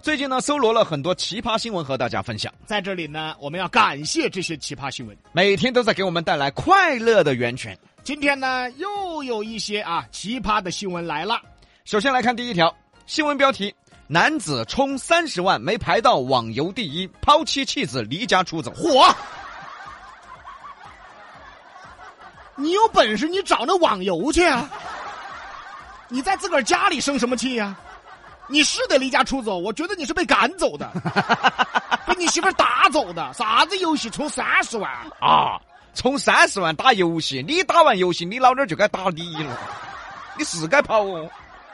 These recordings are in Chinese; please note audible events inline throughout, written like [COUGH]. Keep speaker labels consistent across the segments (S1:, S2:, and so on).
S1: 最近呢，搜罗了很多奇葩新闻和大家分享，
S2: 在这里呢，我们要感谢这些奇葩新闻。
S1: 每天都在给我们带来快乐的源泉。
S2: 今天呢，又有一些啊奇葩的新闻来了。
S1: 首先来看第一条新闻标题：男子充三十万没排到网游第一，抛妻弃子离家出走。
S2: 嚯！ [LAUGHS] 你有本事你找那网游去啊！你在自个儿家里生什么气呀、你是得离家出走，我觉得你是被赶走 [LAUGHS] 的，被你媳妇儿打走的。啥子游戏充三十万？
S1: 啊，充三十万打游戏，你打完游戏，你老爹儿就该打你了，你是该跑哦。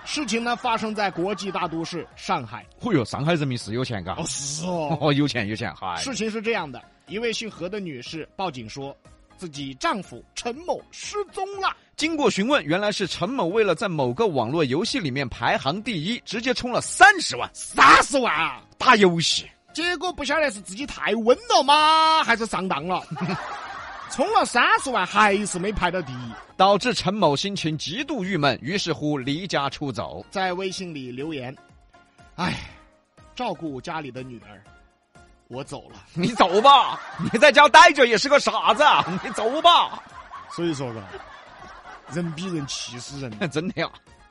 S2: 事情呢发生在国际大都市上海。
S1: 哦哟，上海人民是有钱嘎，
S2: 是哦
S1: [LAUGHS] 哦，有钱有钱，嗨，
S2: 事情是这样的，一位姓何的女士报警说，自己丈夫陈某失踪了。
S1: 经过询问，原来是陈某为了在某个网络游戏里面排行第一，直接充了三十万
S2: 三十万啊！
S1: 打游戏。
S2: 结果不晓得是自己太稳了吗，还是上当了？ [LAUGHS] 充了三十万还是没排到第一，
S1: 导致陈某心情极度郁闷，于是乎离家出走。 [LAUGHS]
S2: 在微信里留言：“哎，照顾家里的女儿，我走了。
S1: 你走吧， [LAUGHS] 你在家待着也是个傻子，啊 [LAUGHS] 你走吧。”
S2: 所以说个，人比人气死人。
S1: 真的呀、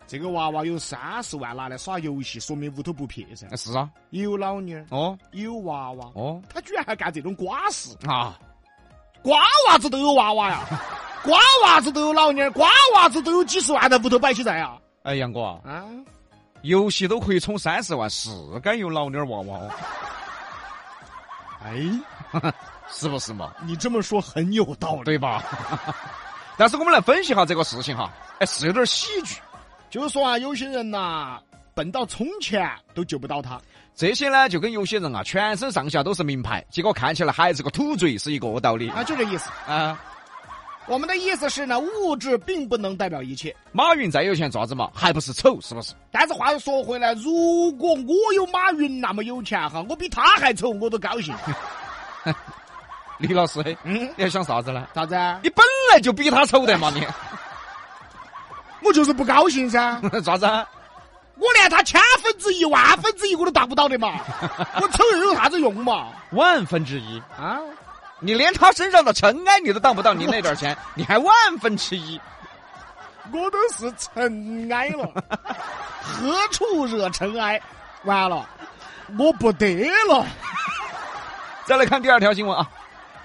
S2: 这个娃娃有三十万拿来耍游戏，说明屋头不撇噻。
S1: 是啊，
S2: 有老娘，
S1: 哦
S2: 有娃娃，
S1: 哦
S2: 他居然还干这种瓜事，
S1: 啊，
S2: 瓜娃子都有娃娃呀， [LAUGHS] 瓜娃子都有老娘，瓜娃子都有几十万在屋头摆起在呀！
S1: 哎杨哥，
S2: 啊，
S1: 游戏都可以充三十万，是该有老妞儿娃娃哦，
S2: 哎，
S1: 是不是嘛？
S2: 你这么说很有道理，
S1: 对吧？ [LAUGHS] 但是我们来分析下这个事情哈，哎，是有点喜剧。
S2: 就是说啊，有些人呐、笨到充钱都救不到他，
S1: 这些呢，就跟有些人啊，全身上下都是名牌，结果看起来还是个土贼，是一个道理
S2: 啊，就这意思。
S1: 啊。
S2: 我们的意思是呢，物质并不能代表一切。
S1: 马云再有钱咋子嘛，还不是丑，是不是？
S2: 但是话又说回来，如果我有马云那么有钱哈，我比他还丑，我都高兴。
S1: 李老师，
S2: 嗯，
S1: 你要想啥子呢？
S2: 啥子啊？
S1: 你本来就比他丑得嘛，你
S2: [LAUGHS]
S1: [LAUGHS]
S2: 我就是不高兴噻。
S1: 咋子啊？
S2: 我连他千分之一、万分之一我都达不到的 [LAUGHS] 嘛，我丑又有啥子用嘛？
S1: 万分之一，
S2: 啊，
S1: 你连他身上的尘埃你都当不到，你那点钱，你还万分之一？
S2: 我都是尘埃了，何处惹尘埃？完了，我不得了。
S1: 再来看第二条新闻啊，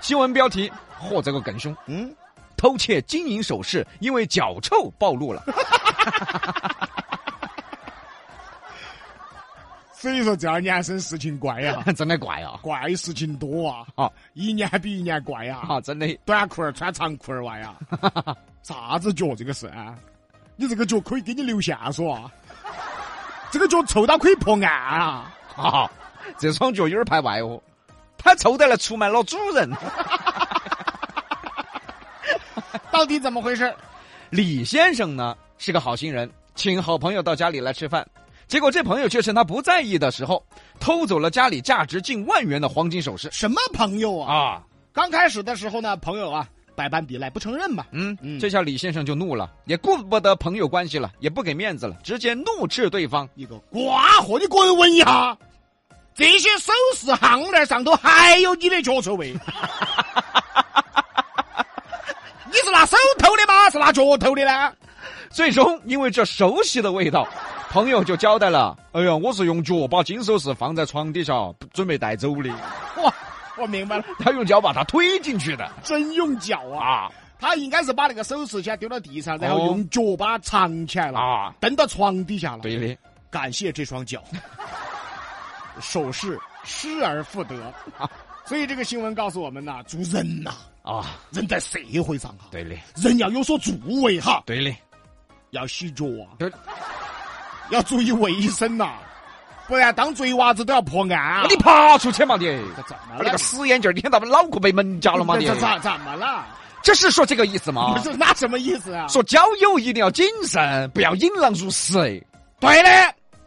S1: 新闻标题，嚯，这个更凶，
S2: 嗯，
S1: 偷窃金银首饰，因为脚臭暴露了。 [LAUGHS]
S2: 所以说这二年生事情怪呀、
S1: 真的怪啊！ [LAUGHS]
S2: 怪事情多啊，
S1: 啊
S2: 一年比一年怪呀、
S1: 啊，真的，
S2: 短裤儿穿长裤儿袜 [LAUGHS] 呀，啥子脚这个是啊？你这个脚可以给你留线索啊，这个脚臭到可以破案啊。
S1: 啊，这双脚有点排外哦，他臭得来出卖了主人。
S2: 到底怎么回事？
S1: 李先生呢是个好心人，请好朋友到家里来吃饭，结果这朋友却趁他不在意的时候，偷走了家里价值近万元的黄金首饰
S2: 什么朋友啊？
S1: 啊。
S2: 刚开始的时候呢，朋友啊百般抵赖，不承认嘛。
S1: 嗯
S2: 嗯，
S1: 这下李先生就怒了，也顾不得朋友关系了，也不给面子了，直接怒斥对方。
S2: 一个瓜货，你个人闻一下，这些首饰项链上头还有你的脚
S1: [LAUGHS]
S2: 臭味。你是拿手偷的吗？是拿脚偷的呢？
S1: 最终因为这熟悉的 [LAUGHS] 味道，朋友就交代了：“哎呀，我是用脚把金首饰放在床底下，准备带走的。
S2: 哇，我明白了，
S1: [LAUGHS] 他用脚把它推进去的。
S2: 真用脚啊！
S1: 啊
S2: 他应该是把那个首饰先丢到地上，然后
S1: 哦
S2: 用脚把它藏起来”了，
S1: 啊，
S2: 蹬到床底下了。
S1: 对的。
S2: 感谢这双脚，手势失而复得。所以这个新闻告诉我们呐、做人呐、
S1: 啊，
S2: 人在社会上哈、
S1: 对的，
S2: 人要有所作为哈，
S1: 对的，
S2: 要洗脚啊，
S1: 对。
S2: 要注意卫生呐、不然当贼娃子都要破案啊！
S1: 你爬出去嘛你！
S2: 这怎么
S1: 我
S2: 了
S1: 那个？死眼镜儿，你看咱们脑壳被门夹了 [LAUGHS] 吗你？啊
S2: 这咋怎么了？
S1: 这是说这个意思吗
S2: 不？是那什么意思啊？
S1: 说交友一定要谨慎，不要引狼入室。
S2: 对的，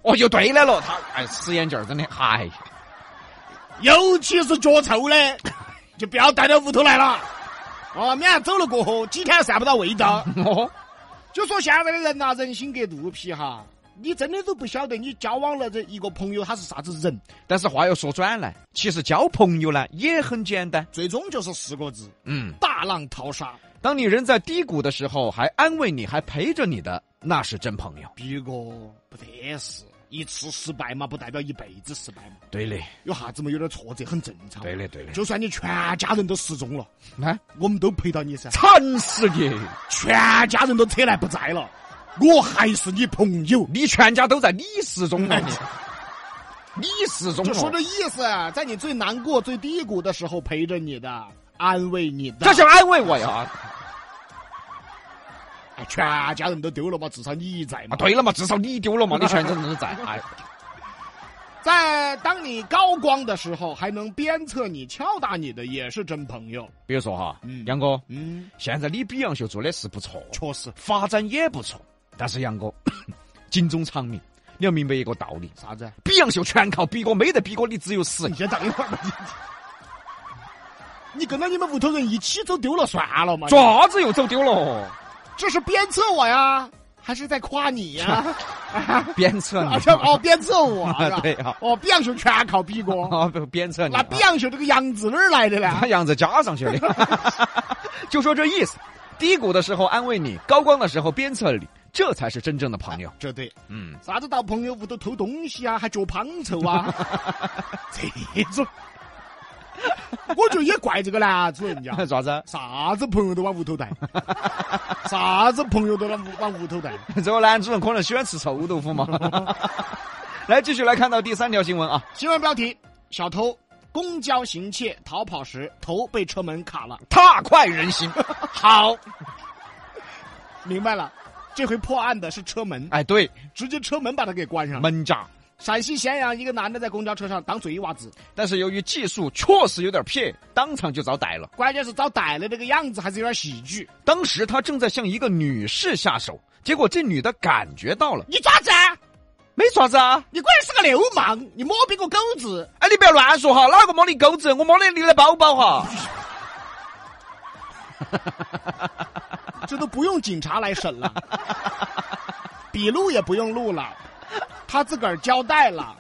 S1: 哦，又对来了，他哎，死眼镜儿真的，嗨、 [LAUGHS]
S2: 尤其是脚臭的，就不要带到屋头来了。哦，免得走了过后几天散不到味道。
S1: 哦，
S2: 啊就说现在的人呐、人心隔肚皮哈，你真的都不晓得你交往了这一个朋友他是啥子人，
S1: 但是话又说转来，其实交朋友呢也很简单。
S2: 最终就是四个字：
S1: 嗯，
S2: 大浪淘沙。
S1: 当你人在低谷的时候，还安慰你，还陪着你的，那是真朋友。
S2: 逼哥不得是，一次失败嘛，不代表一辈子失败嘛。
S1: 对嘞，
S2: 有啥子嘛，有点挫折很正常。
S1: 对嘞，对嘞，
S2: 就算你全家人都失踪了，
S1: 看
S2: 我们都陪到你噻。
S1: 惨死你！
S2: 全家人都扯来不在了，我还是你朋友。
S1: 你全家都在你失踪 [LAUGHS] 了，你你失踪
S2: 就说
S1: 了
S2: 这，意思，啊在你最难过、最低谷的时候陪着你的，安慰你的。
S1: 这想安慰我呀？
S2: 哎全家人都丢了嘛，至少你在
S1: 啊，
S2: 嘛。
S1: 对了嘛，至少你丢了
S2: [LAUGHS]
S1: 嘛，你全家人都在。哎，
S2: 在当你高光的时候，还能鞭策你、敲打你的，也是真朋友。
S1: 比如说哈
S2: 嗯，
S1: 杨哥，
S2: 嗯，
S1: 现在你比杨秀做的是不错，
S2: 确实。
S1: 发展也不错，但是杨哥， [COUGHS] 警钟长鸣，你要明白一个道理，
S2: 啥子？啊
S1: 比杨秀全靠比哥，没得比哥你只有死
S2: 你。先等一会儿吧。你你跟到你们屋头人一起走丢了算了嘛？
S1: 爪子又走丢了，
S2: 这是鞭策我呀，还是在啊夸你 [LAUGHS] 呀？
S1: 鞭策你？
S2: [LAUGHS] 啊，这哦，鞭策我是
S1: [LAUGHS]
S2: 吧
S1: 对呀。
S2: 哦，比昂秀全靠比哥
S1: 啊，不鞭策你
S2: 那
S1: 啊。
S2: 比昂秀这个“杨”字哪儿来的呢？
S1: 把样子加上去的， [LAUGHS] 就说这意思。低谷的时候安慰你，高光的时候鞭策你，这才是真正的朋友。
S2: [LAUGHS] 这对，
S1: [LAUGHS] 嗯，
S2: 啥子到朋友屋头偷东西啊，还嚼滂臭啊，这种，我觉得也怪这个男主人家，
S1: 咋子？
S2: 啥子朋友都往屋头带，啥子朋友都往往屋头带。
S1: [LAUGHS] 这个男主人可能喜欢吃臭豆腐嘛？ [LAUGHS] 来，继续来看到第三条新闻啊，
S2: 新闻标题：小偷公交行窃逃跑时头被车门卡了，
S1: 踏快人心。好，
S2: 明白了。这回破案的是车门，
S1: 哎，对，
S2: 直接车门把他给关上了。
S1: 门闸。
S2: 陕西咸阳一个男的在公交车上当嘴一娃子，
S1: 但是由于技术确实有点撇，当场就遭逮了。
S2: 关键是遭逮的那个样子还是有点喜剧。
S1: 当时他正在向一个女士下手，结果这女的感觉到了，
S2: 你爪子啊？
S1: 没爪子啊，
S2: 你果然是个流氓！你摸别个狗子，
S1: 哎，你不要乱说哈，哪个摸你钩子？我摸的你的包包哈。
S2: 这都不用警察来审了，笔录也不用录了，他自个儿交代了。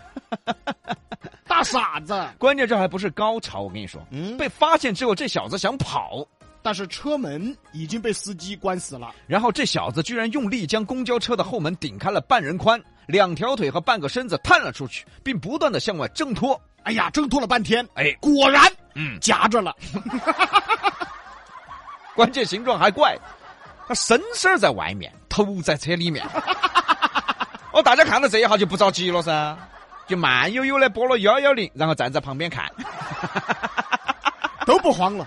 S2: 大傻子，
S1: 关键这还不是高潮，我跟你说，
S2: 嗯，
S1: 被发现之后，这小子想跑，
S2: 但是车门已经被司机关死了。
S1: 然后这小子居然用力将公交车的后门顶开了半人宽，两条腿和半个身子探了出去，并不断的向外挣脱。
S2: 哎呀，挣脱了半天，
S1: 哎，
S2: 果然
S1: 嗯，
S2: 夹着了。
S1: 关键形状还怪，他身身儿在外面，头在车里面。 [LAUGHS] 哦，大家看到这一下就不着急了噻，就慢悠悠的拨了幺幺零，然后站在旁边看。 [LAUGHS]
S2: 都不慌了。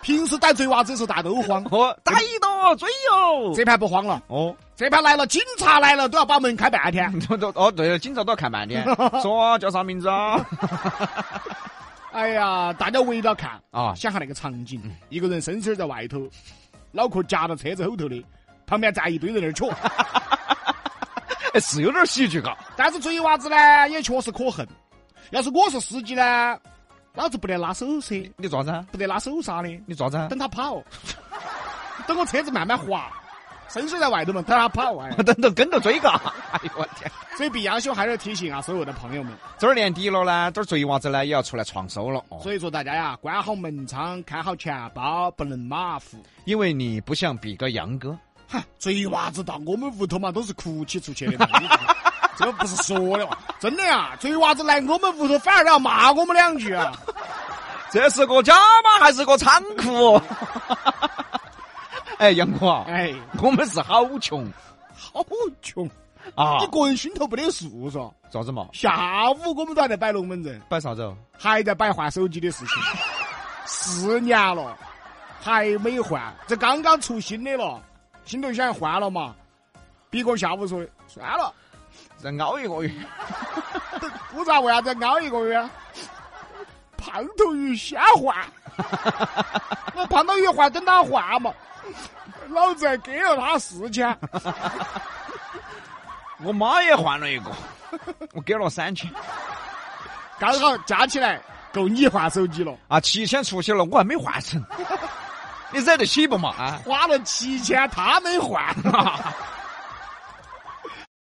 S2: 平时逮贼娃子的时候大家都慌，
S1: 哦，逮到追哟！
S2: 这盘不慌了。
S1: 哦， [LAUGHS]
S2: 这盘来了，警察来了都要把门开半天。
S1: 都都哦，对了，警察都要看半天，说啊叫啥名字啊？
S2: 哎呀，大家围着看
S1: 啊，
S2: 想下那个场景，一个人深深在外头，脑壳夹到车子后头的，旁边站一堆人在那儿瞧。
S1: 哎，是有点喜剧感。
S2: 但是追娃子呢，也确实可恨。要是我是司机呢，老子不得拉手车，
S1: 你咋子啊？
S2: 不得拉手刹的，
S1: 你咋子啊？
S2: 等他跑，等我车子慢慢滑。深深在外头嘛，等他跑。
S1: [LAUGHS]
S2: 哎，
S1: 等等跟着追嘎！哎呦我天！
S2: 所以毕杨兄还是提醒啊，所有的朋友们，
S1: 这儿年底了呢，这儿贼娃子呢也要出来创收了哦。
S2: 所以说大家呀，关好门窗，看好钱包，不能马虎。
S1: 因为你不像比哥、杨哥，
S2: 哼，贼娃子到我们屋头嘛，都是哭起出去的嘛。你这个这个不是说的嘛，真的呀，贼娃子来我们屋头反而要骂我们两句啊！
S1: 这是个家吗？还是个仓库？ [LAUGHS] 哎，杨哥啊，
S2: 哎，
S1: 我们是好穷
S2: 好穷，
S1: 啊
S2: 你！个人心头不得数嗦。
S1: 咋子嘛？
S2: 下午我们都还在摆龙门阵，
S1: 摆啥子？哦？
S2: 还在摆换手机的事情，四年了还没换，这刚刚出新的了，心头想换了嘛。比哥下午说的，算了。
S1: 再熬一个月。
S2: 我咋为啥子熬一个月？胖头鱼先换，那胖头鱼换等他换嘛，老子还给了他四千，
S1: 我妈也换了一个， [LAUGHS] 我给了三千
S2: 刚好加起来够你换手机了，
S1: 啊，七千出去了，我还没 [LAUGHS] 换成。你惹得起不嘛？啊，啊 [LAUGHS]
S2: 花了七千他没换，